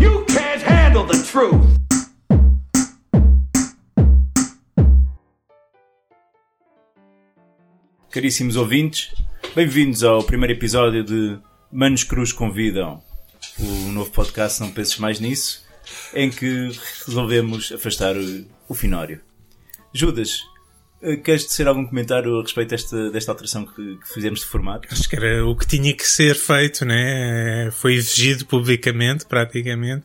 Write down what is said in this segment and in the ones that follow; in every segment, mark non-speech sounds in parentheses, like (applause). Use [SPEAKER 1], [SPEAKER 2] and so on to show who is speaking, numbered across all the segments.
[SPEAKER 1] You can't handle the truth.
[SPEAKER 2] Caríssimos ouvintes, bem-vindos ao primeiro episódio de Manos Cruz Convidam, o novo podcast Não Penses Mais Nisso, em que resolvemos afastar o, o Finório. Judas, eh, queres tecer algum comentário a respeito desta, desta alteração que, que fizemos de formato?
[SPEAKER 3] Acho que era o que tinha que ser feito, né? Foi exigido publicamente, praticamente.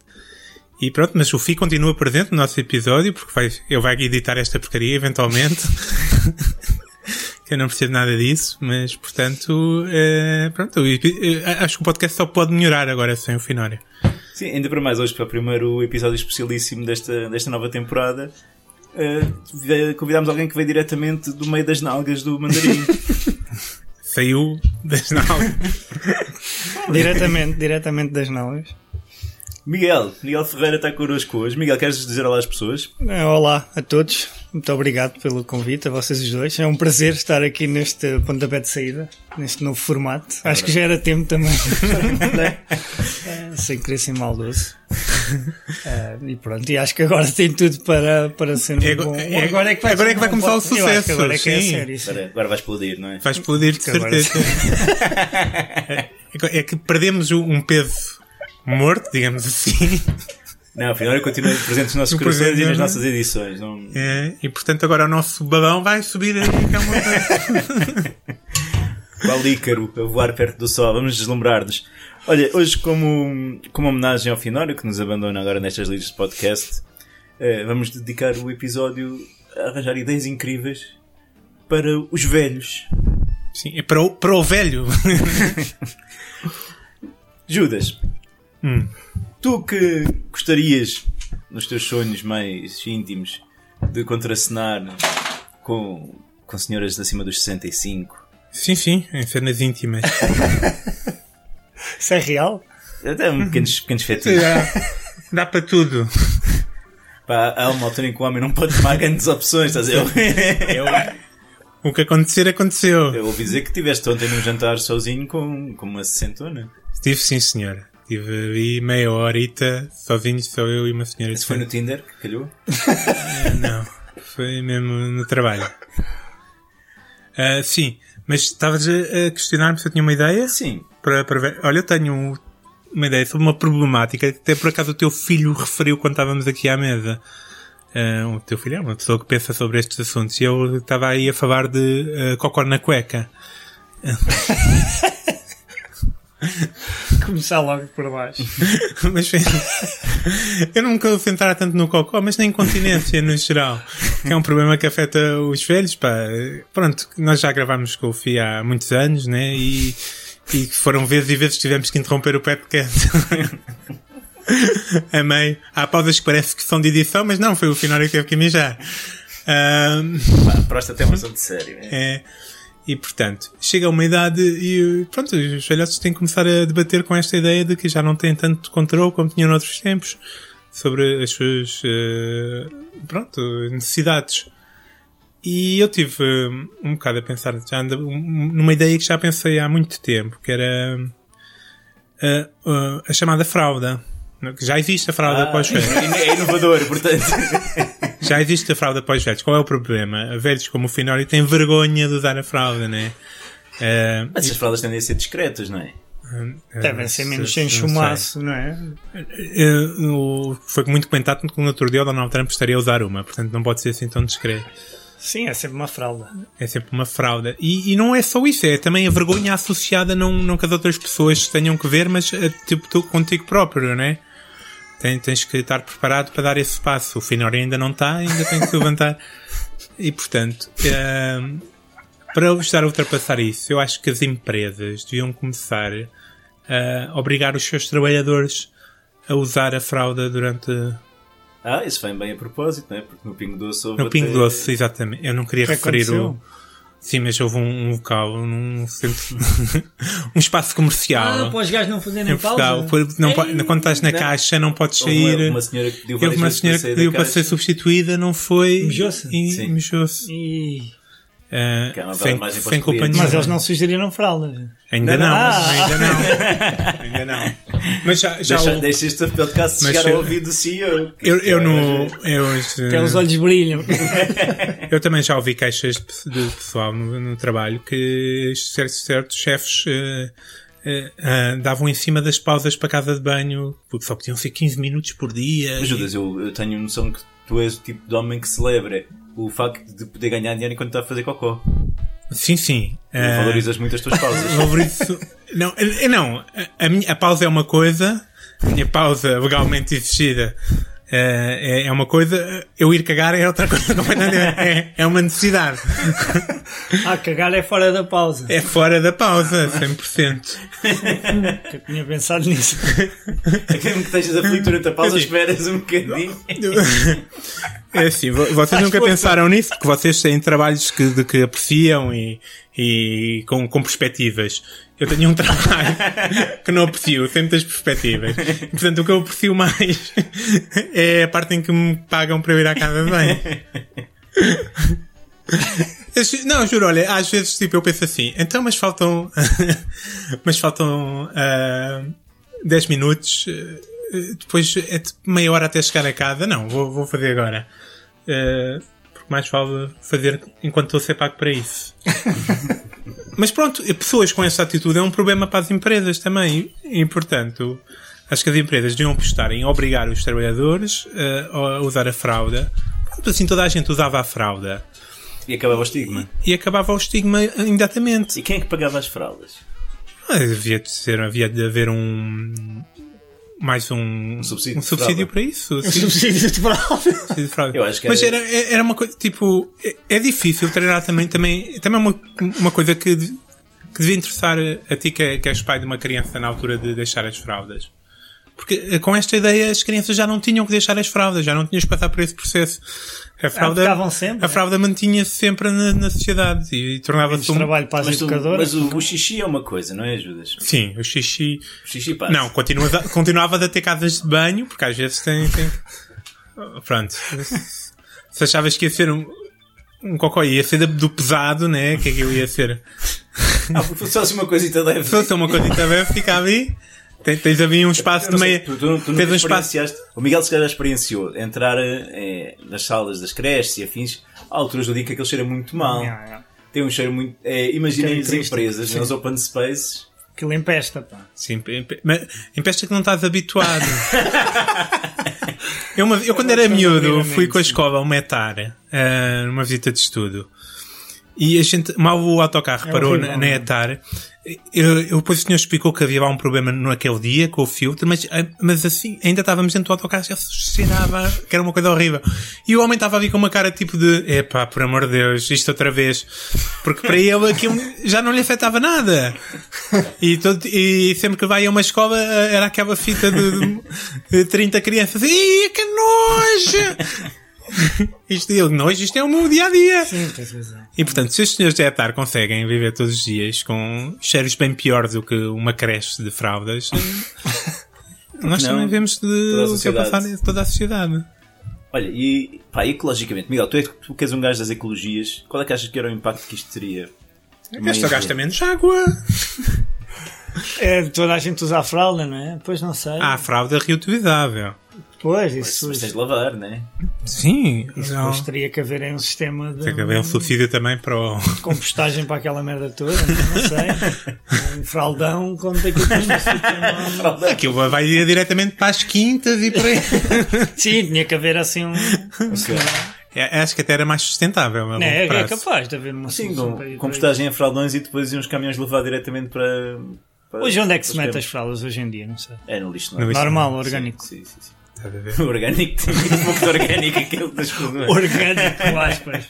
[SPEAKER 3] E pronto, mas o Fi continua presente no nosso episódio, porque vai, ele vai editar esta porcaria eventualmente. (laughs) que eu não percebo nada disso, mas portanto, eh, pronto, o epi- eh, acho que o podcast só pode melhorar agora sem o Finório.
[SPEAKER 2] Sim, ainda para mais hoje, para o primeiro episódio especialíssimo desta, desta nova temporada, eh, ve- convidámos alguém que veio diretamente do meio das nalgas do mandarim.
[SPEAKER 3] Saiu das (laughs) náuseas.
[SPEAKER 4] Diretamente, diretamente das nalas.
[SPEAKER 2] Miguel, Miguel Ferreira está connosco hoje. Miguel, queres dizer olá às pessoas?
[SPEAKER 4] Eh, Olá a todos, muito obrigado pelo convite, a vocês os dois. É um prazer estar aqui neste pontapé de saída, neste novo formato. Acho que já era tempo também, Né? Eh, sem querer ser maldoso. Eh, e pronto, e acho que agora tem tudo para, para ser um
[SPEAKER 3] É
[SPEAKER 4] bom.
[SPEAKER 3] agora- é
[SPEAKER 4] agora é que, vai
[SPEAKER 3] agora
[SPEAKER 4] ser
[SPEAKER 3] é que vai
[SPEAKER 4] um
[SPEAKER 3] começar
[SPEAKER 4] bom
[SPEAKER 3] o
[SPEAKER 4] podcast. Eu acho que
[SPEAKER 3] sucesso,
[SPEAKER 4] Agora é que é
[SPEAKER 3] sim.
[SPEAKER 4] sério, sim.
[SPEAKER 2] Agora, agora vais explodir, não é?
[SPEAKER 3] Vai explodir, de
[SPEAKER 4] Agora-
[SPEAKER 3] certeza. (laughs) É que- é que perdemos o- um peso morto, digamos assim.
[SPEAKER 2] Não, afinal continua presente nos nossos
[SPEAKER 3] No
[SPEAKER 2] corações e
[SPEAKER 3] presente,
[SPEAKER 2] nas
[SPEAKER 3] não é?
[SPEAKER 2] nossas edições. Não...
[SPEAKER 3] É, e portanto agora o nosso babão vai subir aí que é uma coisa.
[SPEAKER 2] Qual Ícaro a voar perto do sol, vamos deslumbrar-nos. Olha, hoje, como, como homenagem ao Finório, que nos abandona agora nestas listas de podcast, eh, vamos dedicar o episódio a arranjar ideias incríveis para os velhos.
[SPEAKER 3] (laughs) Sim, é para o, para o velho.
[SPEAKER 2] Judas,
[SPEAKER 3] Hum.
[SPEAKER 2] tu que gostarias, nos teus sonhos mais íntimos, de contracenar com, com senhoras acima dos 65,
[SPEAKER 3] (laughs) Sim, sim, em cenas íntimas.
[SPEAKER 4] Isso é real?
[SPEAKER 2] até um pequenos, pequenos fetiches.
[SPEAKER 3] Dá, dá para tudo.
[SPEAKER 2] Pá, há uma altura em que o homem não pode tomar grandes opções, estás a ver? Eu,
[SPEAKER 3] É O que acontecer, aconteceu.
[SPEAKER 2] eu ouvi dizer que estiveste ontem num jantar sozinho com, com uma sessentona.
[SPEAKER 3] Estive sim, senhora. Estive ali meia horita, sozinho, só eu e uma senhora.
[SPEAKER 2] Isso foi no Tinder que calhou?
[SPEAKER 3] Não, foi mesmo no trabalho. Ah, sim, mas estavas a, a questionar-me se eu tinha uma ideia?
[SPEAKER 2] Sim.
[SPEAKER 3] para, para ver. Olha, eu tenho um, uma ideia sobre uma problemática que até por acaso o teu filho referiu quando estávamos aqui à mesa. Ah, o teu filho é uma pessoa que pensa sobre estes assuntos e eu estava aí a falar de ah, cocó na cueca.
[SPEAKER 4] Começar logo por baixo.
[SPEAKER 3] (laughs) mas eu não me quero centrar tanto no cocó, mas na incontinência no geral, que é um problema que afeta os velhos, pá. Pronto, nós já gravámos com o FI há muitos anos, né? E, e foram vezes e vezes que tivemos que interromper o (laughs) podcast. Amei. Há pausas que parece que são de edição, mas não, foi o final que teve que mijar. Ahm,
[SPEAKER 2] Pá, próstata é um assunto sério. é?
[SPEAKER 3] é. E portanto, chega a uma idade e pronto, os velhotes têm que começar a debater com esta ideia de que já não têm tanto controle como tinham noutros tempos sobre as suas eh, pronto, necessidades. E eu tive eh, um bocado a pensar já anda- um- numa ideia que já pensei há muito tempo, que era eh, eh, a chamada fralda. Que Já existe a fralda para os velhos.
[SPEAKER 2] É é inovador, portanto.
[SPEAKER 3] Já existe a fralda para os velhos. Qual é o problema? Velhos como o Finório têm vergonha de usar a fralda, né? é?
[SPEAKER 2] Mas as fraldas tendem a ser discretas, não é?
[SPEAKER 4] Devem ser menos
[SPEAKER 3] não sei.
[SPEAKER 4] sem chumaço, não é?
[SPEAKER 3] Eh, o- foi muito comentado que no outro dia o Donald Trump estaria a usar uma, portanto não pode ser assim tão discreto.
[SPEAKER 4] Sim, é sempre uma fralda.
[SPEAKER 3] É sempre uma fralda. E, e não é só isso, é também a vergonha associada, não, não que as outras pessoas tenham que ver, mas eh, tipo tu contigo próprio, né? Tem, tens que estar preparado para dar esse passo. O Finório ainda não está, ainda tem que se levantar. E portanto, ehm, para ajudar a ultrapassar isso, eu acho que as empresas deviam começar a obrigar os seus trabalhadores a usar a fralda durante.
[SPEAKER 2] Ah, isso vem bem a propósito, não é? Porque no Pingo Doce houve
[SPEAKER 3] No Pingo
[SPEAKER 2] até-
[SPEAKER 3] Doce, exatamente. Eu não queria
[SPEAKER 4] Já
[SPEAKER 3] referir o.
[SPEAKER 4] é aconteceu?
[SPEAKER 3] Sim, mas houve um, um local num centro. (laughs) um espaço comercial.
[SPEAKER 5] Ah, para os gajos não fazerem
[SPEAKER 3] Em Portugal,
[SPEAKER 5] pausa.
[SPEAKER 3] por- não po- quando estás na caixa não podes
[SPEAKER 2] Houve
[SPEAKER 3] sair.
[SPEAKER 2] uma senhora que pediu
[SPEAKER 3] Houve
[SPEAKER 2] várias
[SPEAKER 3] uma
[SPEAKER 2] vezes para
[SPEAKER 3] senhora que
[SPEAKER 2] sair
[SPEAKER 3] pediu
[SPEAKER 2] da
[SPEAKER 3] para ser
[SPEAKER 2] caixa.
[SPEAKER 3] substituída, não foi.
[SPEAKER 5] Mijou-se?
[SPEAKER 3] E
[SPEAKER 2] Sim.
[SPEAKER 3] mijou-se.
[SPEAKER 5] Ih,
[SPEAKER 3] Ah,
[SPEAKER 2] Que é uma bela
[SPEAKER 3] sem
[SPEAKER 2] imagem para
[SPEAKER 3] sem
[SPEAKER 2] os
[SPEAKER 3] culpa
[SPEAKER 2] clientes.
[SPEAKER 3] nenhuma.
[SPEAKER 4] Mas eles não sugeriram né? fraldas.
[SPEAKER 3] Ainda
[SPEAKER 4] Não,
[SPEAKER 3] não,
[SPEAKER 4] não.
[SPEAKER 3] ainda não. ainda não. Mas já, já
[SPEAKER 2] Deixa,
[SPEAKER 3] o-
[SPEAKER 2] deixa este podcast
[SPEAKER 3] Mas
[SPEAKER 2] chegar
[SPEAKER 3] eu-
[SPEAKER 2] ao ouvido do CEO. que
[SPEAKER 3] eu,
[SPEAKER 2] isto
[SPEAKER 3] eu
[SPEAKER 2] é-
[SPEAKER 3] não. Eu,
[SPEAKER 4] Até é os olhos brilham. (laughs)
[SPEAKER 3] eu também já ouvi queixas de pe- do pessoal no, no trabalho que certos, certos chefes eh, eh, ah, davam em cima das pausas para casa de banho, porque só podiam ser 15 minutos por dia.
[SPEAKER 2] Mas, Judas, eu, eu tenho noção que tu és o tipo de homem que celebra o facto de poder ganhar dinheiro enquanto está a fazer cocó.
[SPEAKER 3] Sim, sim.
[SPEAKER 2] Tu
[SPEAKER 3] Ah,
[SPEAKER 2] valorizas muito as tuas
[SPEAKER 3] (laughs)
[SPEAKER 2] pausas.
[SPEAKER 3] Valorizo. não, eh, não a- a, minha, a pausa é uma coisa, a minha pausa legalmente exigida eh, é, é uma coisa, eu ir cagar é outra coisa (laughs) completamente. É, é uma necessidade.
[SPEAKER 4] Ah, cagar é fora da pausa.
[SPEAKER 3] É fora da pausa, 100%.
[SPEAKER 4] Eu tinha pensado nisso. (laughs)
[SPEAKER 2] Mesmo que estejas aflito durante a pausa, esperas um bocadinho.
[SPEAKER 3] É assim, vo- vocês nunca pensaram nisso, porque vocês têm trabalhos que, de que apreciam e, e com, com perspectivas. Eu tenho um (laughs) trabalho que não aprecio, sempre das perspectivas. E, Portanto, o que eu aprecio mais (laughs) é a parte em que me pagam para eu ir à casa de banho. Eu ju- Não, juro, olha, às vezes tipo, eu penso assim, então, mas faltam. (laughs) mas faltam. ah, 10 minutos, eh, eh, depois é de meia hora até chegar a casa. Não, vou, vou fazer agora. Eh, Porque mais vale fazer enquanto estou a ser pago para isso. Mas pronto, eh, pessoas com essa atitude é um problema para as empresas também. E portanto, acho que as empresas deviam apostar em obrigar os trabalhadores eh, a usar a fralda. Pronto, assim toda a gente usava a fralda.
[SPEAKER 2] E acabava o estigma.
[SPEAKER 3] E acabava o estigma imediatamente.
[SPEAKER 2] E quem é que pagava as fraldas?
[SPEAKER 3] Ah, Havia de, ser, havia de haver um. Mais um,
[SPEAKER 2] subsídio de fralda.
[SPEAKER 3] para isso. sim,
[SPEAKER 4] Subsídio de fralda.
[SPEAKER 3] subsídio de fralda.
[SPEAKER 2] Eu acho que
[SPEAKER 3] Mas
[SPEAKER 2] era-
[SPEAKER 3] era, é- era uma coisa, tipo, é, é difícil treinar também, também, também é uma, uma coisa que, de- que devia interessar a ti que, é- que és pai de uma criança na altura de deixar as fraldas. Porque eh, com esta ideia as crianças já não tinham que deixar as fraldas, já não tinhas que passar por esse processo. A fralda,
[SPEAKER 4] ficavam sempre,
[SPEAKER 3] a
[SPEAKER 4] né?
[SPEAKER 3] fralda mantinha-se sempre na, na sociedade e, e tornava-se um...
[SPEAKER 4] trabalho para as
[SPEAKER 2] Mas, tu-
[SPEAKER 4] educadoras.
[SPEAKER 2] mas o, o xixi é uma coisa, não é, Judas?
[SPEAKER 3] Sim, o xixi...
[SPEAKER 2] O xixi passa.
[SPEAKER 3] Não, continuas a- continuavas a ter casas de banho, porque às vezes tem. tem- Pronto. Se achavas que ia ser um, um cocó, ia ser da- do pesado, né? Que aquilo ia ser.
[SPEAKER 2] Ah, porque se fosse uma coisita deve.
[SPEAKER 3] Se fosse uma coisita bem, fica ali. Tens, tens ali um espaço de meia.
[SPEAKER 2] Tu, tu, tu
[SPEAKER 3] tens
[SPEAKER 2] nunca
[SPEAKER 3] um espaço.
[SPEAKER 2] experienciaste. O Miguel se calhar já experienciou entrar eh, nas salas das creches e afins há alturas do dia que aquilo cheira muito mal.
[SPEAKER 4] Yeah, yeah.
[SPEAKER 2] Tem um cheiro muito. É, imaginem
[SPEAKER 4] Cheiro
[SPEAKER 2] as
[SPEAKER 4] triste.
[SPEAKER 2] empresas, nos open spaces.
[SPEAKER 4] Aquilo empesta, pá.
[SPEAKER 3] Sim, em, pe- mas em peste que não estás habituado. eu, uma- eu quando era miúdo, fui com a escola ao Metar, ah, numa visita de estudo. E a gente, mal o autocarro parou
[SPEAKER 4] horrível,
[SPEAKER 3] na, na
[SPEAKER 4] não é?
[SPEAKER 3] Etar, eu, eu- depois o senhor explicou que havia lá um problema naquele dia com o filtro, mas, ah, mas assim, ainda estávamos dentro do autocarro, já se cheirava, que era uma coisa horrível. E o homem estava a vir com uma cara tipo de, epá, por amor de Deus, isto outra vez. Porque para ele
[SPEAKER 4] (laughs)
[SPEAKER 3] aquilo já não lhe afetava nada. E, todo- e sempre que vai a uma escola eh, era aquela fita de, de 30 crianças. Ih, que nojo! (laughs) Isto, ele, nojo, isto é o meu dia a dia.
[SPEAKER 4] Sim, tens razão.
[SPEAKER 3] E portanto, se os senhores de etar conseguem viver todos os dias com cheiros bem piores do que uma creche de fraldas, nós
[SPEAKER 2] Não.
[SPEAKER 3] também vemos de
[SPEAKER 2] Toda a
[SPEAKER 3] ultrapassar
[SPEAKER 2] sociedade.
[SPEAKER 3] toda a sociedade.
[SPEAKER 2] Olha, e pá, ecologicamente, Miguel, tu, é, tu que és um gajo das ecologias, qual é que achas que era o impacto que isto teria?
[SPEAKER 3] Esta
[SPEAKER 2] Meio ambiente.
[SPEAKER 3] gasta menos água.
[SPEAKER 4] É, toda a gente usa a fralda, não é? Pois não sei.
[SPEAKER 3] Há a fralda reutilizável.
[SPEAKER 4] pois, isso,
[SPEAKER 2] Mas tens
[SPEAKER 4] isso,
[SPEAKER 2] de lavar, né?
[SPEAKER 3] Sim, não.
[SPEAKER 4] depois teria que haver aí um sistema de
[SPEAKER 3] Tem que haver um subsídio também para o. (laughs)
[SPEAKER 4] compostagem para aquela merda toda, é? não,
[SPEAKER 3] (laughs)
[SPEAKER 4] não sei. Um fraldão, como tem que sistema.
[SPEAKER 3] Aquilo vai ir diretamente para as quintas e para aí.
[SPEAKER 4] Sim, tinha que haver assim um.
[SPEAKER 3] É, acho que até era mais sustentável. a
[SPEAKER 4] Não, é,
[SPEAKER 3] longo
[SPEAKER 4] é
[SPEAKER 3] prazo.
[SPEAKER 4] capaz de haver uma
[SPEAKER 2] Sim,
[SPEAKER 4] solução
[SPEAKER 2] com
[SPEAKER 4] para ir por aí.
[SPEAKER 2] compostagem a fraldões e depois iam os caminhões levar diretamente para. para-
[SPEAKER 4] Hoje onde é que se
[SPEAKER 2] para os
[SPEAKER 4] mete
[SPEAKER 2] campos.
[SPEAKER 4] as fraldas hoje em dia? Não sei.
[SPEAKER 2] É no lixo,
[SPEAKER 3] No
[SPEAKER 2] não é?
[SPEAKER 3] lixo.
[SPEAKER 4] Normal, orgânico. (laughs)
[SPEAKER 2] Sim, sim, (laughs) sim.
[SPEAKER 3] Estás a ver?
[SPEAKER 2] O orgânico tem muito pouco de orgânico aquele das coisas.
[SPEAKER 4] Orgânico, com aspas.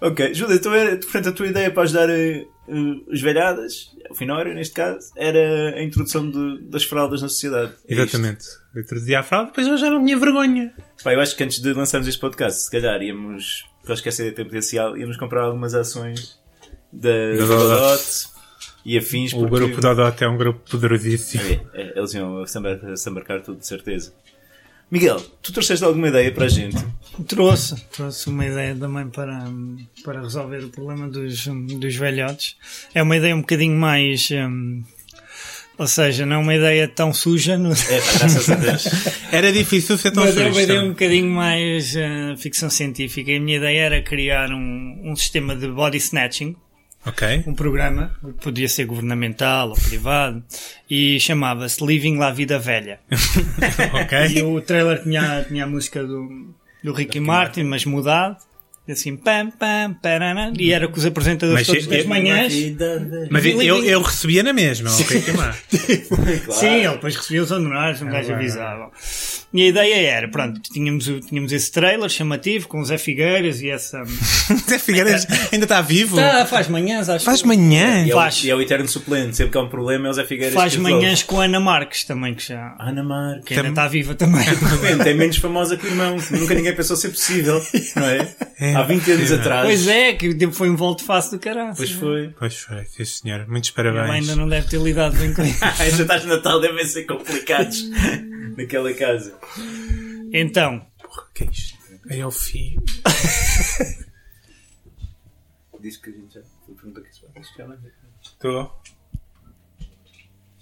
[SPEAKER 2] Ok, Júlia, então era, portanto, a tua ideia para ajudar eh, eh, os velhadas, o finório neste caso, era a introdução de- das fraldas na sociedade. É isto.
[SPEAKER 3] Exatamente. Eu trazia a fralda, depois eu já não tinha vergonha.
[SPEAKER 2] Pá, eu acho que antes de lançarmos este podcast, se calhar íamos porque eu esqueci de ter potencial, íamos comprar algumas ações da
[SPEAKER 3] Da
[SPEAKER 2] da
[SPEAKER 3] Dodot.
[SPEAKER 2] Dodot e afins.
[SPEAKER 3] O grupo Dodot é um grupo poderosíssimo.
[SPEAKER 2] É, é, eles iam sambar- sambarcar tudo, de certeza. Miguel, tu trouxeste alguma ideia para a gente?
[SPEAKER 4] Trouxe, trouxe uma ideia também para, para resolver o problema dos, dos velhotes. É uma ideia um bocadinho mais. hum, ou seja, não é uma ideia tão suja, no- (laughs)
[SPEAKER 2] É, pá, graças a Deus.
[SPEAKER 3] Era difícil ser tão
[SPEAKER 4] mas é uma ideia um
[SPEAKER 3] sujo.
[SPEAKER 4] bocadinho mais ah, ficção científica. E a minha ideia era criar um, um sistema de body snatching,
[SPEAKER 3] Ok. (laughs)
[SPEAKER 4] um programa, que podia ser governamental ou privado, e chamava-se Living La Vida Velha. E
[SPEAKER 3] Ok.
[SPEAKER 4] o trailer tinha, tinha a música do, do Ricky Martin, mas mudado. E Assim, pam, pam, paraná, e era com os apresentadores
[SPEAKER 3] Mas
[SPEAKER 4] todas
[SPEAKER 3] é-
[SPEAKER 4] as manhãs.
[SPEAKER 3] Mas eu, eu- eu recebia na mesma, ok, que má.
[SPEAKER 4] Sim, ele depois recebia os honorários,
[SPEAKER 3] É
[SPEAKER 4] um gajo avisava. E a ideia era, pronto, tínhamos, o- tínhamos esse trailer chamativo com o Zé Figueiras e essa.
[SPEAKER 3] (laughs) Zé Figueiras ainda está vivo?
[SPEAKER 4] Tá, faz manhãs, acho
[SPEAKER 3] Faz
[SPEAKER 4] que-
[SPEAKER 3] manhã.
[SPEAKER 2] E é, o,
[SPEAKER 4] Faz.
[SPEAKER 2] e é o eterno suplente, sempre que há um problema é o Zé Figueiras
[SPEAKER 4] Faz
[SPEAKER 2] que resolve.
[SPEAKER 4] manhãs com a Ana Marques também, que já.
[SPEAKER 2] Ana Marques.
[SPEAKER 4] que ainda está viva também.
[SPEAKER 3] (laughs)
[SPEAKER 2] Bem, é menos famosa que o irmão, que nunca ninguém pensou ser possível, não é?
[SPEAKER 3] É,
[SPEAKER 2] Há 20 anos
[SPEAKER 3] sim, não.
[SPEAKER 2] atrás.
[SPEAKER 4] pois é, que tipo, foi um volto face do caralho.
[SPEAKER 2] Pois foi.
[SPEAKER 3] Pois foi, sim senhor. Muitos
[SPEAKER 4] Ela
[SPEAKER 3] parabéns.
[SPEAKER 4] ainda não deve ter lidado bem
[SPEAKER 2] (laughs)
[SPEAKER 4] com isso.
[SPEAKER 2] Ah, Os jantares de Natal devem ser complicados (laughs) naquela casa.
[SPEAKER 4] Então,
[SPEAKER 3] Que é isto? É o fim.
[SPEAKER 2] Diz que a gente já. Eu pergunto o que se passa. Já vai ver.
[SPEAKER 3] Estou.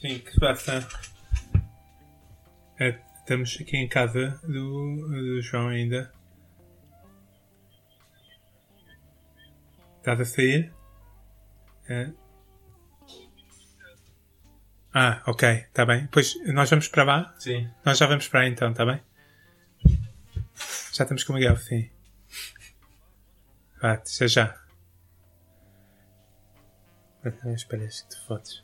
[SPEAKER 3] Sim, que se passa? É, estamos aqui em casa do, do João ainda. Estás a sair? É. Ah, ok, está bem. Pois nós vamos para lá?
[SPEAKER 2] Sim.
[SPEAKER 3] Nós já vamos para aí então, está bem? Já estamos com o Miguel, sim. Vá, já já. Espelhas de fotos.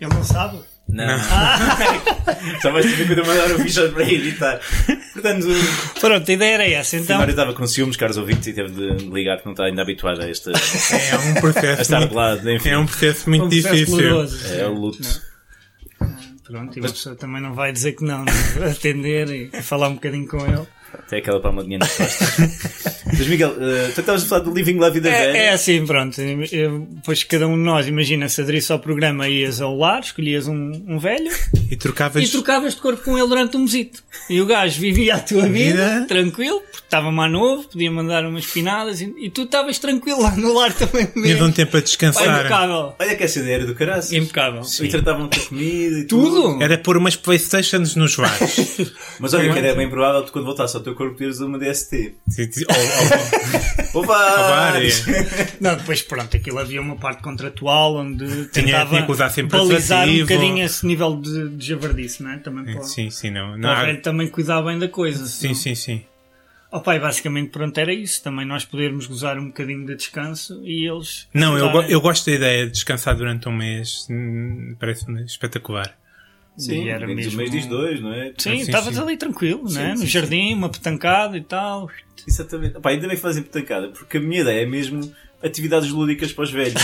[SPEAKER 4] ele não sabe.
[SPEAKER 2] Não. (laughs) Só vais ter que eu mandar o bicho para editar. Portanto, o
[SPEAKER 4] Pronto, a ideia era essa. Então,
[SPEAKER 2] Mário estava com ciúmes, caros ouvintes, e teve de ligar que não está ainda habituado a este. a
[SPEAKER 3] É um
[SPEAKER 2] (laughs)
[SPEAKER 3] processo.
[SPEAKER 2] estar
[SPEAKER 3] muito,
[SPEAKER 2] de lado, enfim.
[SPEAKER 3] é um processo muito
[SPEAKER 4] um processo
[SPEAKER 3] difícil.
[SPEAKER 4] doloroso.
[SPEAKER 2] É o luto.
[SPEAKER 4] Pronto, e uma pessoa também não vai dizer que não, né? atender e falar um bocadinho com ele.
[SPEAKER 2] Até aquela palmadinha nas costas. Mas, Miguel, eh, tu estavas a falar do Living La Vida Velha.
[SPEAKER 4] É, é assim, pronto. Eu- Pois cada um de nós, imagina, se aderisse ao programa, ias ao lar, escolhias um, um velho
[SPEAKER 3] E
[SPEAKER 4] e
[SPEAKER 3] trocavas.
[SPEAKER 4] trocavas de corpo com ele durante um mesito. E o gajo vivia a tua vida,
[SPEAKER 3] Vida.
[SPEAKER 4] tranquilo, porque estava mais novo, podia mandar umas pinadas e, e tu estavas tranquilo lá no lar também
[SPEAKER 3] Tinhas um
[SPEAKER 4] mesmo.
[SPEAKER 3] tempo a descansar.
[SPEAKER 4] Impecável.
[SPEAKER 2] Olha que essa ideia era do caraças.
[SPEAKER 4] Impecável.
[SPEAKER 2] E tratavam-te de comida e tudo.
[SPEAKER 4] Tudo?
[SPEAKER 3] Era pôr umas Playstations nos
[SPEAKER 4] (laughs)
[SPEAKER 3] bares.
[SPEAKER 2] Mas olha que era bem provável que quando voltasse ao teu corpo teres uma DST.
[SPEAKER 3] Sim, sim. Ou-
[SPEAKER 2] Opa!
[SPEAKER 4] Ah,
[SPEAKER 3] ou- ou bares.
[SPEAKER 4] Não, depois pronto, aquilo havia uma parte contratual onde
[SPEAKER 3] Tinha-
[SPEAKER 4] tentava
[SPEAKER 3] tinha que usar sempre
[SPEAKER 4] balizar um
[SPEAKER 3] preservativo.
[SPEAKER 4] bocadinho esse nível de, de javardice, não é? Também para,
[SPEAKER 3] Sim, sim, não. não
[SPEAKER 4] para o
[SPEAKER 3] há-
[SPEAKER 4] velho também cuidar bem da coisa.
[SPEAKER 3] Sim, sim, sim.
[SPEAKER 4] Oh, pai, basicamente pronto, era isso. Também nós podermos gozar um bocadinho de descanso e eles...
[SPEAKER 3] Não, eu, go-
[SPEAKER 4] gozarem.
[SPEAKER 3] eu gosto da ideia de descansar durante um mês. Hum, Parece-me espetacular.
[SPEAKER 2] Sim,
[SPEAKER 4] E era
[SPEAKER 2] menos
[SPEAKER 4] mesmo-
[SPEAKER 2] um mês diz dois, não é?
[SPEAKER 4] Sim,
[SPEAKER 3] Sim,
[SPEAKER 4] estavas
[SPEAKER 3] sim.
[SPEAKER 4] ali tranquilo, não é?
[SPEAKER 2] Sim,
[SPEAKER 4] no
[SPEAKER 2] sim,
[SPEAKER 4] jardim, uma petancada e tal.
[SPEAKER 2] Exatamente. Pá, ainda bem que fazem petancada, porque a minha ideia é mesmo atividades lúdicas para os velhos.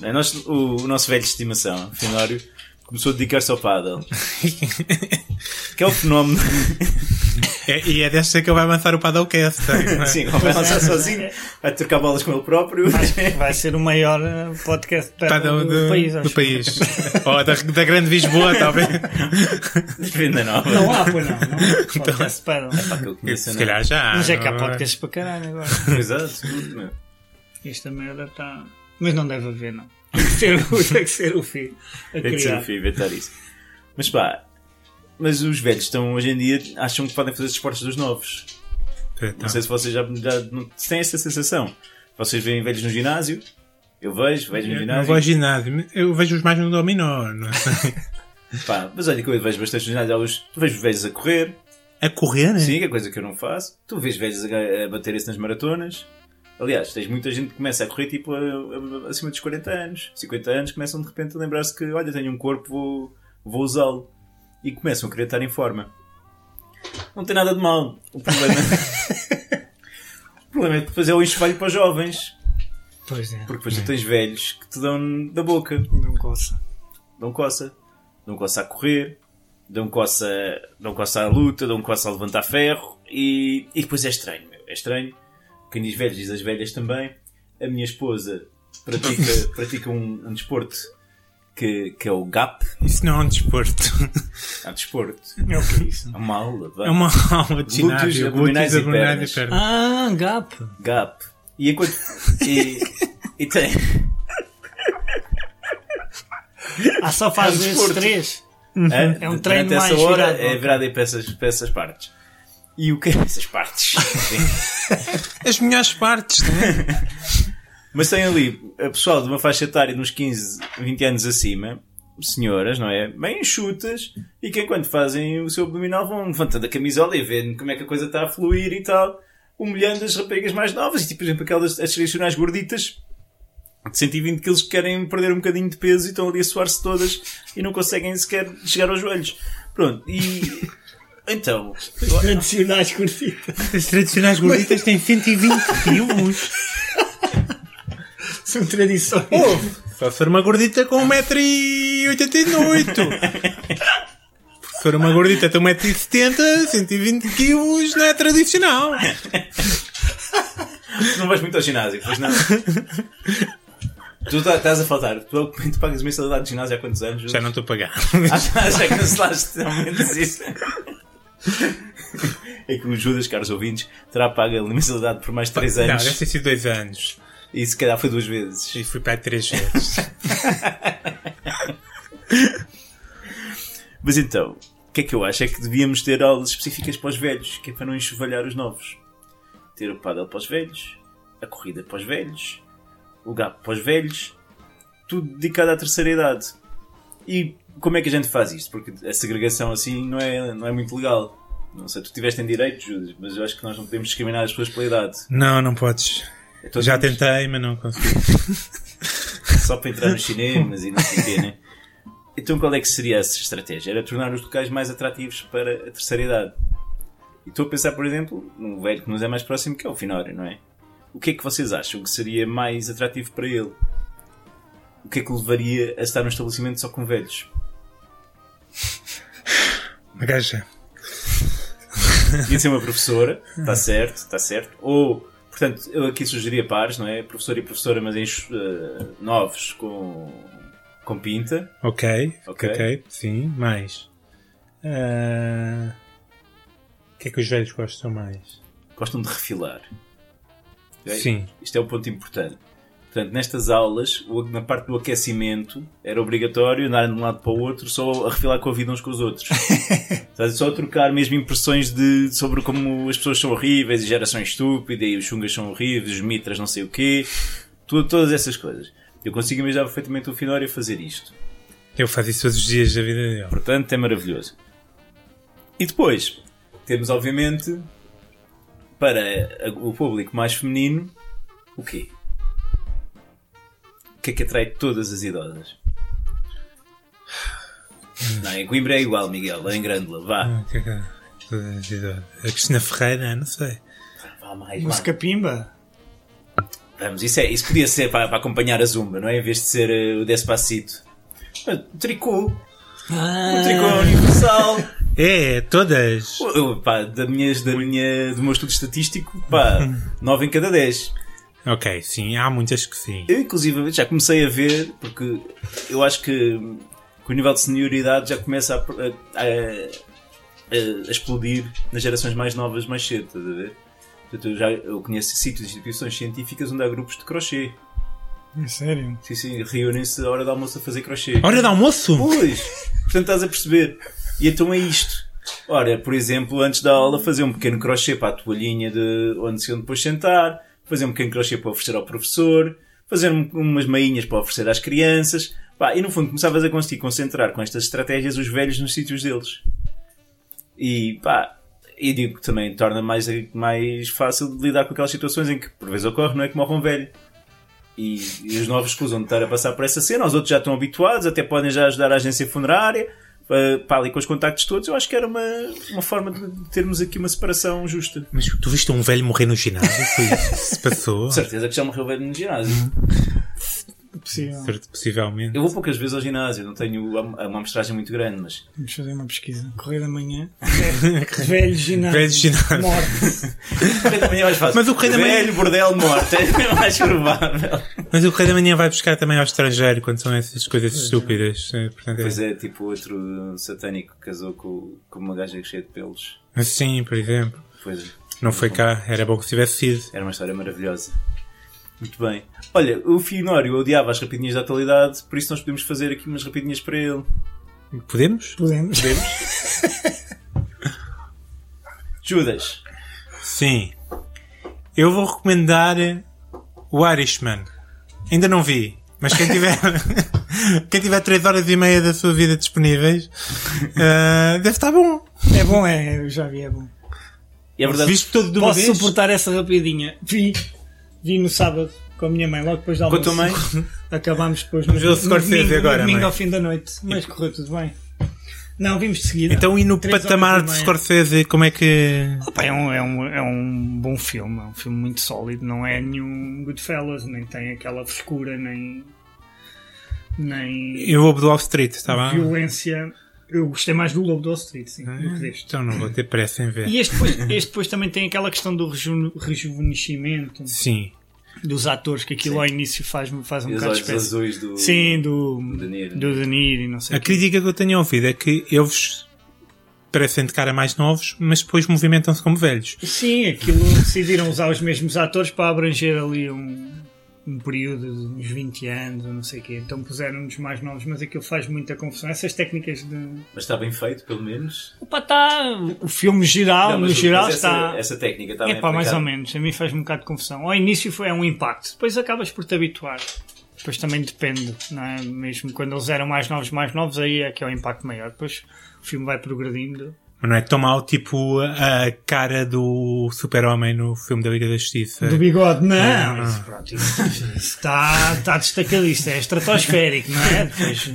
[SPEAKER 2] Não é? Nós- o, o nosso velho de estimação, Finório, começou a dedicar-se ao paddle. que é o fenómeno.
[SPEAKER 3] É- e é desta que ele vai lançar o Paddlecast.
[SPEAKER 2] (laughs)
[SPEAKER 3] não é?
[SPEAKER 2] Sim, ele vai lançar sozinho, vai trocar bolas com ele próprio. (laughs)
[SPEAKER 4] Vai ser o maior eh, podcast de
[SPEAKER 3] Pá,
[SPEAKER 4] pedra
[SPEAKER 3] um do,
[SPEAKER 4] do, país,
[SPEAKER 3] do
[SPEAKER 4] acho.
[SPEAKER 3] país. Ou da, da grande Lisboa, talvez.
[SPEAKER 2] Venda nova.
[SPEAKER 4] Não há, pois não. não há podcast de pedra.
[SPEAKER 2] Pá, que eu conheço,
[SPEAKER 3] Se
[SPEAKER 2] não.
[SPEAKER 3] calhar já. há,
[SPEAKER 4] Mas é
[SPEAKER 3] Ah, não
[SPEAKER 4] que há podcasts para caralho agora.
[SPEAKER 2] Exato. não. é?
[SPEAKER 4] Esta merda está. Mas não deve haver, não. (laughs) Tem que ser, o- tem que ser o filho a
[SPEAKER 2] Tem que ser
[SPEAKER 4] criar.
[SPEAKER 2] o fim, É inventar isso. Mas pá, mas os velhos estão hoje em dia acham que podem fazer os esportes dos novos.
[SPEAKER 3] Então,
[SPEAKER 2] Não sei se vocês já, já não- se têm essa sensação. Vocês veem velhos no ginásio, eu vejo, vejo no
[SPEAKER 3] eu não
[SPEAKER 2] é ginásio.
[SPEAKER 3] vou ao ginásio. Eu vejo-os mais no dominó. não é? sei.
[SPEAKER 2] Pá, mas olha que eu vejo bastante no ginásio. Há os- tu vejo velhos a correr,
[SPEAKER 3] A correr? né?
[SPEAKER 2] sim, que é coisa que eu não faço. Tu vês velhos a, a bater-se nas maratonas. Aliás, tens muita gente que começa a correr tipo a- a- acima dos 40 anos, 50 anos, começam de repente a lembrar-se que olha, tenho um corpo, vou, vou usá-lo. E começam a querer estar em forma. Não tem nada de mal. O problema, é- (laughs) o problema é que depois é o enxovalho para os jovens.
[SPEAKER 4] Pois é.
[SPEAKER 2] Porque depois tu tens velhos que te dão da boca,
[SPEAKER 4] Não gosto.
[SPEAKER 2] dão coça, dão coça a correr, dão coça, dão coça à luta, dão coça a levantar ferro e, e depois é estranho, meu. é estranho. quem diz velhos diz as velhas também. A minha esposa
[SPEAKER 4] (laughs)
[SPEAKER 2] pratica, pratica um, um desporto que, que é o GAP.
[SPEAKER 3] Isso não é um desporto. (laughs)
[SPEAKER 2] Há desporto.
[SPEAKER 4] É o que é isso?
[SPEAKER 2] É uma aula. vá.
[SPEAKER 3] É uma aula de
[SPEAKER 2] Glúteos,
[SPEAKER 3] ginásio.
[SPEAKER 2] abdominais
[SPEAKER 3] Glúteos,
[SPEAKER 2] e
[SPEAKER 3] abdominais
[SPEAKER 2] pernas.
[SPEAKER 3] e pernas.
[SPEAKER 4] Ah, gap.
[SPEAKER 2] GAP. E enquanto. E, e tem.
[SPEAKER 4] Ah, só faz
[SPEAKER 2] É um
[SPEAKER 4] esses
[SPEAKER 2] desporto.
[SPEAKER 4] três.
[SPEAKER 2] Hã?
[SPEAKER 4] (laughs) É um
[SPEAKER 2] eh, Durante
[SPEAKER 4] treino
[SPEAKER 2] essa
[SPEAKER 4] mais
[SPEAKER 2] hora
[SPEAKER 4] virado,
[SPEAKER 2] é
[SPEAKER 4] ok.
[SPEAKER 2] virada em peças, peças partes. E o que é essas
[SPEAKER 4] (laughs)
[SPEAKER 2] partes?
[SPEAKER 3] As melhores partes, né?
[SPEAKER 2] Mas tem ali a pessoal de uma faixa etária de uns 15, 20 anos acima, senhoras, não é? Bem enxutas e que enquanto fazem o seu abdominal vão levantando a camisola e vendo como é que a coisa está a fluir e tal, humilhando as raparigas mais novas e, tipo, por exemplo, aquelas as tradicionais gorditas de 120 quilos que querem perder um bocadinho de peso e estão ali a suar-se todas e não conseguem sequer chegar aos joelhos. Pronto, e. (laughs) Então,
[SPEAKER 4] Tradicionais curtidas.
[SPEAKER 3] As tradicionais gorditas
[SPEAKER 4] (laughs)
[SPEAKER 3] têm 120 quilos.
[SPEAKER 4] São tradições.
[SPEAKER 3] Um Só se for uma gordita com 1,88m. Se for uma gordita um com 1,70m, 120 quilos não é tradicional.
[SPEAKER 2] Tu não vais muito ao ginásio, pois
[SPEAKER 3] (laughs)
[SPEAKER 2] não. tu tá- estás a faltar. Tu, tu pagas mensalidade de ginásio há quantos anos?
[SPEAKER 3] Já não estou a pagar.
[SPEAKER 2] Ah, (laughs) já,
[SPEAKER 3] (laughs)
[SPEAKER 2] já cancelaste ao menos isso. É que o Judas, caros ouvintes, terá pago a mensalidade por mais 3
[SPEAKER 3] Não, é assim.
[SPEAKER 2] anos.
[SPEAKER 3] deve ter sido dois anos.
[SPEAKER 2] E se calhar foi duas vezes.
[SPEAKER 3] E fui para aí três vezes.
[SPEAKER 2] Mas então, o que é que eu acho? É que devíamos ter aulas específicas para os velhos, que é para não enxovalhar os novos. Ter o paddle para os velhos, a corrida para os velhos, o gap para os velhos, tudo dedicado à terceira idade. E como é que a gente faz isto? Porque a segregação assim não é, não é muito legal. Não sei, tu tiveste em direito, Judas, mas eu acho que nós não podemos discriminar as pessoas pela idade.
[SPEAKER 3] (laughs) Não, não podes.
[SPEAKER 2] Então,
[SPEAKER 3] Já
[SPEAKER 2] temos
[SPEAKER 3] tentei, mas não consegui.
[SPEAKER 2] Só para entrar nos cinemas e não sei o quê, né? Então qual é que seria essa estratégia? Era tornar os locais mais atrativos para a terceira idade. E estou a pensar, por exemplo, num velho que nos é mais próximo, que é o Finório, não é? O que é que vocês acham que seria mais atrativo para ele? O que é que o levaria a estar num estabelecimento só com velhos?
[SPEAKER 3] Uma gaja.
[SPEAKER 2] Podia ser uma professora, está certo, está certo. Ou, portanto, eu aqui sugeria pares, não é? Professor e professora, mas em, chu- eh, novos, com, com pinta.
[SPEAKER 3] Ok,
[SPEAKER 2] Ok.
[SPEAKER 3] ok, sim, mais. Ah, O que é que os velhos gostam mais?
[SPEAKER 2] Gostam de refilar. Ok?
[SPEAKER 3] Sim.
[SPEAKER 2] Isto é o ponto importante. Portanto, nestas aulas, o- na parte do aquecimento, era obrigatório andar de um lado para o outro só a refilar com a vida uns com os outros. Sabe, só a trocar mesmo impressões de, sobre como as pessoas são horríveis, e geração estúpida, e os chungas são horríveis, os mitras não sei o quê. Tu- todas essas coisas. Eu consigo imaginar perfeitamente o Finório a fazer isto.
[SPEAKER 3] Eu faço isso todos os dias da vida dele.
[SPEAKER 2] Portanto, é maravilhoso. E depois, temos obviamente, para a- o público mais feminino, o quê? O que é que atrai todas as idosas? Não, em Coimbra é igual, Miguel, ou em Grândola, vá.
[SPEAKER 3] Ah, o que é que é? Todas as idades. A Cristina Ferreira, não sei.
[SPEAKER 2] Vá mais, vá.
[SPEAKER 4] Música pimba.
[SPEAKER 2] Vamos, isso, é, isso podia ser para, para acompanhar a Zumba, não é? Em vez de ser eh, o Despacito. Mas, Tricô,
[SPEAKER 4] Ah,
[SPEAKER 2] o tricô universal.
[SPEAKER 3] É, todas.
[SPEAKER 2] Eu, pá, da minha, da minha, do meu estudo estatístico, pá, 9 em cada 10.
[SPEAKER 3] Ok, sim, há muitas que sim.
[SPEAKER 2] Eu, inclusive, já comecei a ver, porque eu acho que, que o nível de senioridade já começa a, a- a- a explodir nas gerações mais novas mais cedo, estás a ver? Portanto, eu, já, eu conheço sítios e instituições científicas onde há grupos de crochê.
[SPEAKER 4] é sério.
[SPEAKER 2] Sim, sim, reúnem-se à hora do almoço a fazer crochê.
[SPEAKER 3] Hora de almoço?
[SPEAKER 2] Pois! Portanto, estás a perceber. E então é isto. Ora, por exemplo, antes da aula, fazer um pequeno crochê para a toalhinha de onde se iam depois sentar, fazer um pequeno crochê para oferecer ao professor, fazer um- umas mainhas para oferecer às crianças. Pá, e no fundo, começavas a conseguir concentrar com estas estratégias os velhos nos sítios deles. E pá, e digo que também torna mais, mais fácil de lidar com aquelas situações em que por vezes ocorre, não é que morre um velho. E, e os novos escusam de estar a passar por essa cena, os outros já estão habituados, até podem já ajudar a agência funerária, eh, pá, ali com os contactos todos. Eu acho que era uma, uma forma de termos aqui uma separação justa.
[SPEAKER 3] Mas tu viste um (laughs) velho morrer no ginásio? Foi isso que se passou?
[SPEAKER 2] Uhum. Com certeza que já morreu velho no ginásio.
[SPEAKER 4] É possível.
[SPEAKER 3] Certo, possivelmente.
[SPEAKER 2] Eu vou poucas vezes ao ginásio, não tenho uma uma amostragem muito grande, mas
[SPEAKER 4] Vamos fazer uma pesquisa. Correr da manhã. É. Velho ginásio.
[SPEAKER 3] Velho ginásio.
[SPEAKER 4] Morte.
[SPEAKER 2] (laughs) Correio da manhã é. é mais fácil.
[SPEAKER 3] Mas o Correio da Manhã-
[SPEAKER 2] Velho bordel de morte, é (laughs) mais provável.
[SPEAKER 3] Mas o Correio da Manhã vai buscar também ao estrangeiro quando são essas coisas
[SPEAKER 4] é.
[SPEAKER 3] estúpidas. eh, Portanto,
[SPEAKER 2] Pois
[SPEAKER 3] é-
[SPEAKER 2] é, tipo outro satânico que casou com, com uma gaja cheia de pelos.
[SPEAKER 3] Sim, por exemplo.
[SPEAKER 2] Pois é.
[SPEAKER 3] Não foi cá, era bom que tivesse sido.
[SPEAKER 2] Era uma história maravilhosa. Muito bem. Olha, o Finório odiava as rapidinhas da atualidade, por isso nós podemos fazer aqui umas rapidinhas para ele.
[SPEAKER 3] Podemos?
[SPEAKER 4] Podemos.
[SPEAKER 2] Judas.
[SPEAKER 3] Sim. Eu vou recomendar eh, o Irishman. Ainda não vi, mas quem tiver, (laughs) quem tiver 3 horas e meia da sua vida disponíveis,
[SPEAKER 4] (laughs)
[SPEAKER 3] eh, deve estar bom.
[SPEAKER 4] É bom, é. Eu já vi, é bom.
[SPEAKER 2] E é verdade.
[SPEAKER 3] Visto todo de uma
[SPEAKER 4] Posso
[SPEAKER 3] vez?
[SPEAKER 4] suportar essa rapidinha. Vi. Vi no sábado com a minha mãe, logo depois da
[SPEAKER 2] Com a
[SPEAKER 4] almoço.
[SPEAKER 2] tua mãe?
[SPEAKER 4] Acabámos depois
[SPEAKER 3] Vamos ver o Scorsese
[SPEAKER 4] domingo, no
[SPEAKER 3] agora,
[SPEAKER 4] domingo
[SPEAKER 3] mãe.
[SPEAKER 4] ao fim da noite. Mas correu tudo bem. Não, vimos de
[SPEAKER 3] (laughs)
[SPEAKER 4] seguida.
[SPEAKER 3] Então, e no
[SPEAKER 4] Três
[SPEAKER 3] patamar
[SPEAKER 4] horas e
[SPEAKER 3] de
[SPEAKER 4] meia.
[SPEAKER 3] Scorsese, como é que.
[SPEAKER 4] Opa, é, um, é, um, é um bom filme, é um filme muito sólido, não é nenhum Goodfellas, nem tem aquela frescura, nem, nem
[SPEAKER 3] Eu vou do Wall Street, está
[SPEAKER 2] Ah.
[SPEAKER 3] bem?
[SPEAKER 4] violência. Eu gostei mais do Lobo do um Wall Street, sim, do
[SPEAKER 2] Ah,
[SPEAKER 4] que deste.
[SPEAKER 3] Então não vou ter pressa em ver.
[SPEAKER 4] E este depois, este depois também tem aquela questão do reju- rejuvenescimento
[SPEAKER 3] Sim.
[SPEAKER 4] dos atores, que aquilo ao início faz, faz um
[SPEAKER 2] E os
[SPEAKER 4] bocado de
[SPEAKER 2] olhos
[SPEAKER 4] espécie.
[SPEAKER 2] azuis do.
[SPEAKER 4] Sim, do,
[SPEAKER 2] De Niro. É
[SPEAKER 4] do De Niro e não sei
[SPEAKER 3] A
[SPEAKER 4] o quê.
[SPEAKER 3] crítica que eu tenho ouvido é que eles parecem de cara mais novos, mas depois movimentam-se como velhos.
[SPEAKER 4] Sim, aquilo decidiram usar os mesmos atores para abranger ali um, um período de uns 20 anos ou não sei o quê. Então puseram-nos mais novos, mas aquilo faz muita confusão. Essas técnicas de.
[SPEAKER 2] Mas está bem feito, pelo menos.
[SPEAKER 4] Opa, tá. O filme geral,
[SPEAKER 2] Não,
[SPEAKER 4] no
[SPEAKER 2] mas-
[SPEAKER 4] geral,
[SPEAKER 2] mas essa,
[SPEAKER 4] um está.
[SPEAKER 2] Essa técnica está
[SPEAKER 4] É
[SPEAKER 2] bem
[SPEAKER 4] pá, mais ou
[SPEAKER 2] aplicada.
[SPEAKER 4] menos. A mim faz um bocado de confusão. Ao início foi é um impacto, depois acabas por te habituar. Depois também depende, não é? Mesmo quando eles eram mais novos, mais novos, aí é que é o impacto maior. Depois o filme vai progredindo.
[SPEAKER 3] Mas não é tão mal tipo a cara do super-homem no filme da Liga da Justiça.
[SPEAKER 4] Do bigode, não.
[SPEAKER 3] É,
[SPEAKER 4] Isso, pronto, isso, isso está, está destacado, isto é estratosférico, não é? Depois,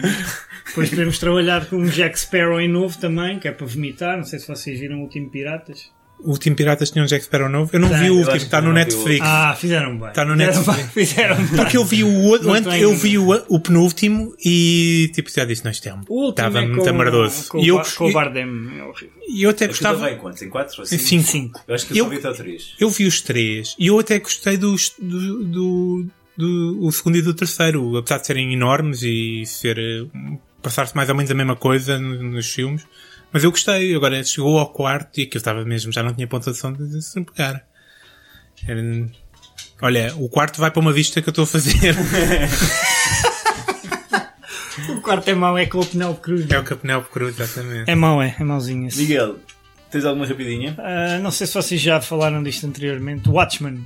[SPEAKER 4] depois podemos trabalhar com um Jack Sparrow em novo também, que é para vomitar. Não sei se vocês viram o último Piratas.
[SPEAKER 3] O último Piratas tinha um Jack Sparrow novo. Eu não
[SPEAKER 4] Tem.
[SPEAKER 3] vi
[SPEAKER 4] Eu
[SPEAKER 3] o
[SPEAKER 2] acho
[SPEAKER 3] último,
[SPEAKER 2] que
[SPEAKER 3] está
[SPEAKER 2] eu
[SPEAKER 3] no
[SPEAKER 2] não vi o
[SPEAKER 3] Netflix.
[SPEAKER 2] outro.
[SPEAKER 4] Ah, fizeram bem.
[SPEAKER 3] Está Tá no
[SPEAKER 4] fizeram
[SPEAKER 3] Netflix.
[SPEAKER 4] bem, fizeram bem.
[SPEAKER 3] Porque eu vi o, outro-
[SPEAKER 4] Não
[SPEAKER 3] antes-
[SPEAKER 4] tem.
[SPEAKER 3] eu vi o, o penúltimo e tipo já disse, não, isto é um.
[SPEAKER 4] O último
[SPEAKER 3] Estava
[SPEAKER 4] é
[SPEAKER 3] muito
[SPEAKER 4] com,
[SPEAKER 3] amardoso.
[SPEAKER 4] Com,
[SPEAKER 3] E eu,
[SPEAKER 4] o Bar- com o Bardem, é horrível.
[SPEAKER 3] e eu até
[SPEAKER 2] Aquilo estava
[SPEAKER 3] gostava.
[SPEAKER 2] em quantos? Em quatro ou cinco?
[SPEAKER 3] Cinco.
[SPEAKER 4] Cinco.
[SPEAKER 2] Eu acho que eu
[SPEAKER 3] Eu-
[SPEAKER 2] só vi até três.
[SPEAKER 3] Eu vi os três e eu até gostei dos, do, do, do- o segundo e do terceiro, apesar de serem enormes e ser eh, passar-se mais ou menos a mesma coisa no- nos filmes. Mas eu gostei, agora chegou ao quarto e aquilo estava mesmo, já não tinha pontuação de se pegar. Era- Olha, o quarto vai para uma vista que eu estou a fazer. (laughs)
[SPEAKER 4] O quarto é mau, é com o Penelope Cruz.
[SPEAKER 3] é o Capenel Cruz, exatamente.
[SPEAKER 4] É mau, é, é mauzinho esse.
[SPEAKER 2] Miguel, tens alguma rapidinha?
[SPEAKER 4] Ah, não sei se vocês já falaram disto anteriormente. Watchmen,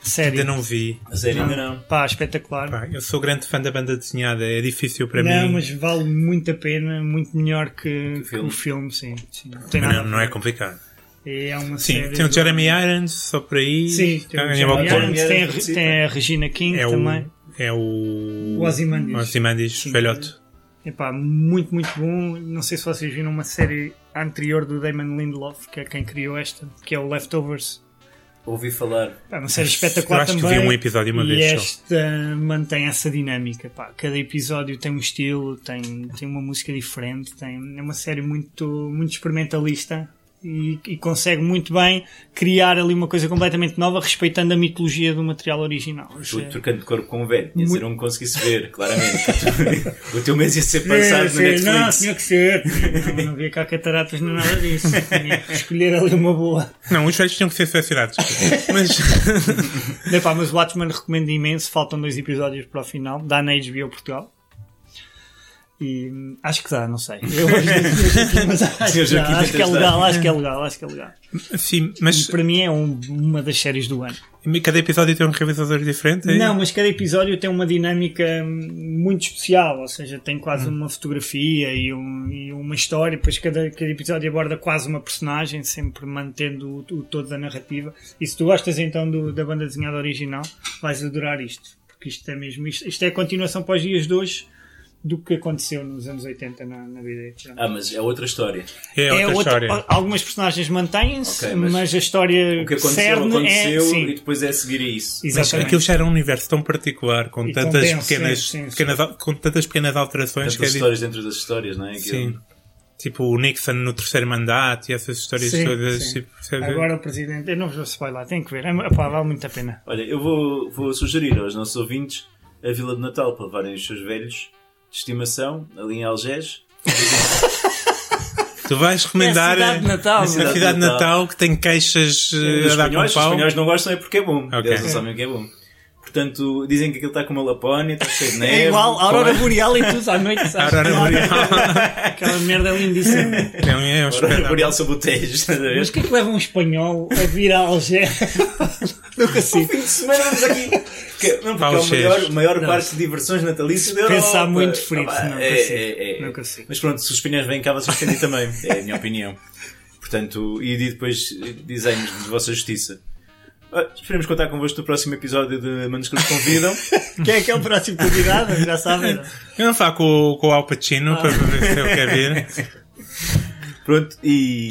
[SPEAKER 4] série.
[SPEAKER 3] Ainda não vi.
[SPEAKER 2] A série ainda não.
[SPEAKER 4] Pá, espetacular.
[SPEAKER 3] Pá, eu sou grande fã da banda desenhada, é difícil para
[SPEAKER 4] não,
[SPEAKER 3] mim.
[SPEAKER 4] mas vale muito a pena, muito melhor que, que
[SPEAKER 2] filme.
[SPEAKER 4] o filme, sim. sim. Não tem nada.
[SPEAKER 3] Não, não é complicado.
[SPEAKER 4] É uma
[SPEAKER 3] Sim,
[SPEAKER 4] série
[SPEAKER 3] tem o
[SPEAKER 4] de-
[SPEAKER 3] Jeremy Irons só por aí.
[SPEAKER 4] Sim, tem
[SPEAKER 3] tem
[SPEAKER 4] o
[SPEAKER 3] a
[SPEAKER 4] Jeremy
[SPEAKER 2] Bacon.
[SPEAKER 4] Irons, tem, a, Re- tem a Regina King
[SPEAKER 3] é
[SPEAKER 4] também.
[SPEAKER 3] o é o
[SPEAKER 4] O Ozymandias.
[SPEAKER 3] Ozymandias,
[SPEAKER 4] Sim.
[SPEAKER 3] velhote.
[SPEAKER 4] Epá, muito, muito bom. Não sei se vocês viram uma série anterior do Damon Lindelof, que é quem criou esta, que é o Leftovers.
[SPEAKER 2] Ouvi falar.
[SPEAKER 4] É uma série espetacular
[SPEAKER 3] Eu acho que
[SPEAKER 4] também.
[SPEAKER 3] vi um episódio uma
[SPEAKER 4] e
[SPEAKER 3] vez só.
[SPEAKER 4] esta mantém essa dinâmica. Pá. Cada episódio tem um estilo, tem, tem uma música diferente, tem, é uma série muito, muito experimentalista e, e consegue muito bem criar ali uma coisa completamente nova, respeitando a mitologia do material original.
[SPEAKER 2] Tu
[SPEAKER 4] Isso é-
[SPEAKER 2] trocando de corpo com o velho. Ia
[SPEAKER 4] Muito-
[SPEAKER 2] ser, não me conseguisse ver, claramente. (laughs) o teu mês ia ser passado
[SPEAKER 4] Sim,
[SPEAKER 2] no
[SPEAKER 4] sim. Não,
[SPEAKER 2] Netflix.
[SPEAKER 4] tinha que ser. Não, não havia cá cataratas nem nada disso. Tinha que escolher ali uma boa.
[SPEAKER 3] Não, os velhos tinham que ser
[SPEAKER 4] (laughs)
[SPEAKER 3] selecionados. mas
[SPEAKER 4] Epá, mas o Watchmen recomendo imenso. Faltam dois episódios para o final. Dá na HBO Portugal. E hum, acho que dá, não sei.
[SPEAKER 2] (laughs)
[SPEAKER 4] Eu hoje disse aqui, mas acho,
[SPEAKER 2] Eu
[SPEAKER 4] que
[SPEAKER 2] já
[SPEAKER 4] dá,
[SPEAKER 2] quis
[SPEAKER 4] acho que é
[SPEAKER 2] testar.
[SPEAKER 4] legal, acho que é legal, acho que é legal.
[SPEAKER 3] sim,
[SPEAKER 4] E
[SPEAKER 3] mas
[SPEAKER 4] para mim é um- uma das séries do ano.
[SPEAKER 3] cada episódio tem um realizador diferente. é?
[SPEAKER 4] Não, mas cada episódio tem uma dinâmica hum, muito especial, ou seja, tem quase
[SPEAKER 2] Hum.
[SPEAKER 4] uma fotografia e, um- e uma história, pois cada, cada episódio aborda quase uma personagem, sempre mantendo o, o todo da narrativa. E se tu gostas então do- da banda desenhada original, vais adorar isto, porque isto é mesmo isto, isto é a continuação para os dias de hoje do que aconteceu nos anos 80 na, na vida.
[SPEAKER 2] Ah, mas é outra história.
[SPEAKER 3] É outra
[SPEAKER 4] É outra-
[SPEAKER 3] história.
[SPEAKER 4] Algumas personagens mantêm-se,
[SPEAKER 2] Ok, mas
[SPEAKER 4] mas, a história
[SPEAKER 2] O que aconteceu,
[SPEAKER 4] cerne
[SPEAKER 2] aconteceu
[SPEAKER 4] é.
[SPEAKER 2] e
[SPEAKER 4] Sim,
[SPEAKER 2] depois é a seguir a isso.
[SPEAKER 3] Mas
[SPEAKER 4] exatamente.
[SPEAKER 3] aquilo já era um universo tão particular, com
[SPEAKER 4] E
[SPEAKER 3] tantas
[SPEAKER 4] tão denso,
[SPEAKER 3] pequenas,
[SPEAKER 4] sim, sim,
[SPEAKER 3] pequenas al- com tantas pequenas alterações
[SPEAKER 2] Tantas
[SPEAKER 3] que é di-
[SPEAKER 2] histórias dentro das histórias, não é? Aquilo-
[SPEAKER 3] sim. Tipo o Nixon no terceiro mandato e essas histórias
[SPEAKER 4] Sim,
[SPEAKER 3] todas.
[SPEAKER 4] sim.
[SPEAKER 3] Tipo, percebes?
[SPEAKER 4] Agora o presidente, eu não vos spoiler lá, tem que ver. É, epá, vale muito a pena.
[SPEAKER 2] Olha, eu vou, vou sugerir aos nossos ouvintes a Vila de Natal para levarem os seus velhos de estimação ali em Algés.
[SPEAKER 3] tu vais recomendar eh,
[SPEAKER 5] É a cidade de Natal. né?
[SPEAKER 3] a
[SPEAKER 2] Cidade de
[SPEAKER 3] cidade de
[SPEAKER 2] Natal.
[SPEAKER 3] Natal que tem queixas eh,
[SPEAKER 2] Os
[SPEAKER 3] a dar com
[SPEAKER 2] espanhóis, os
[SPEAKER 3] pau.
[SPEAKER 2] espanhóis não gostam é porque é bom.
[SPEAKER 3] Ok.
[SPEAKER 2] Eles não sabem o que é bom. Portanto, dizem que aquilo está com uma lapónia, está cheio de neve.
[SPEAKER 5] É igual
[SPEAKER 2] com-
[SPEAKER 5] a Aurora Boreal e tudo à noite,
[SPEAKER 3] A
[SPEAKER 5] sabes?
[SPEAKER 3] Aurora Boreal
[SPEAKER 5] Aquela merda lindíssima.
[SPEAKER 3] é um, é um
[SPEAKER 2] Aurora
[SPEAKER 3] espetáculo.
[SPEAKER 2] Boreal sobre o Tejo, estás a ver?
[SPEAKER 4] Mas o que é que leva um espanhol a vir a Alger? Nunca sei.
[SPEAKER 2] fim de semana vamos aqui. (laughs) Que- não, porque
[SPEAKER 3] Paulo
[SPEAKER 2] é o maior,
[SPEAKER 3] Seixas.
[SPEAKER 2] o maior parque de diversões natalícias da Europa.
[SPEAKER 4] Pensar muito frito,
[SPEAKER 2] Ah,
[SPEAKER 4] não
[SPEAKER 2] é,
[SPEAKER 4] consigo.
[SPEAKER 2] é, é.
[SPEAKER 4] Não consigo.
[SPEAKER 2] Mas pronto, se os espanhóis vêm cá, vocês têm de ir também. É a minha opinião. Portanto, e de- depois dizem-nos de vossa justiça. Ah, Esperemos contar convosco no próximo episódio de Manos que nos (laughs) convidam.
[SPEAKER 4] Quem é que é o próximo convidado? Já sabem. não?
[SPEAKER 3] Eu não falo com, o- com o Al Pacino para ver né? se ele quer vir.
[SPEAKER 2] (laughs) Pronto, e.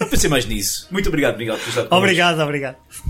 [SPEAKER 2] Não pensei mais nisso. Muito obrigado, Miguel, por estar connosco.
[SPEAKER 4] Obrigado, obrigado.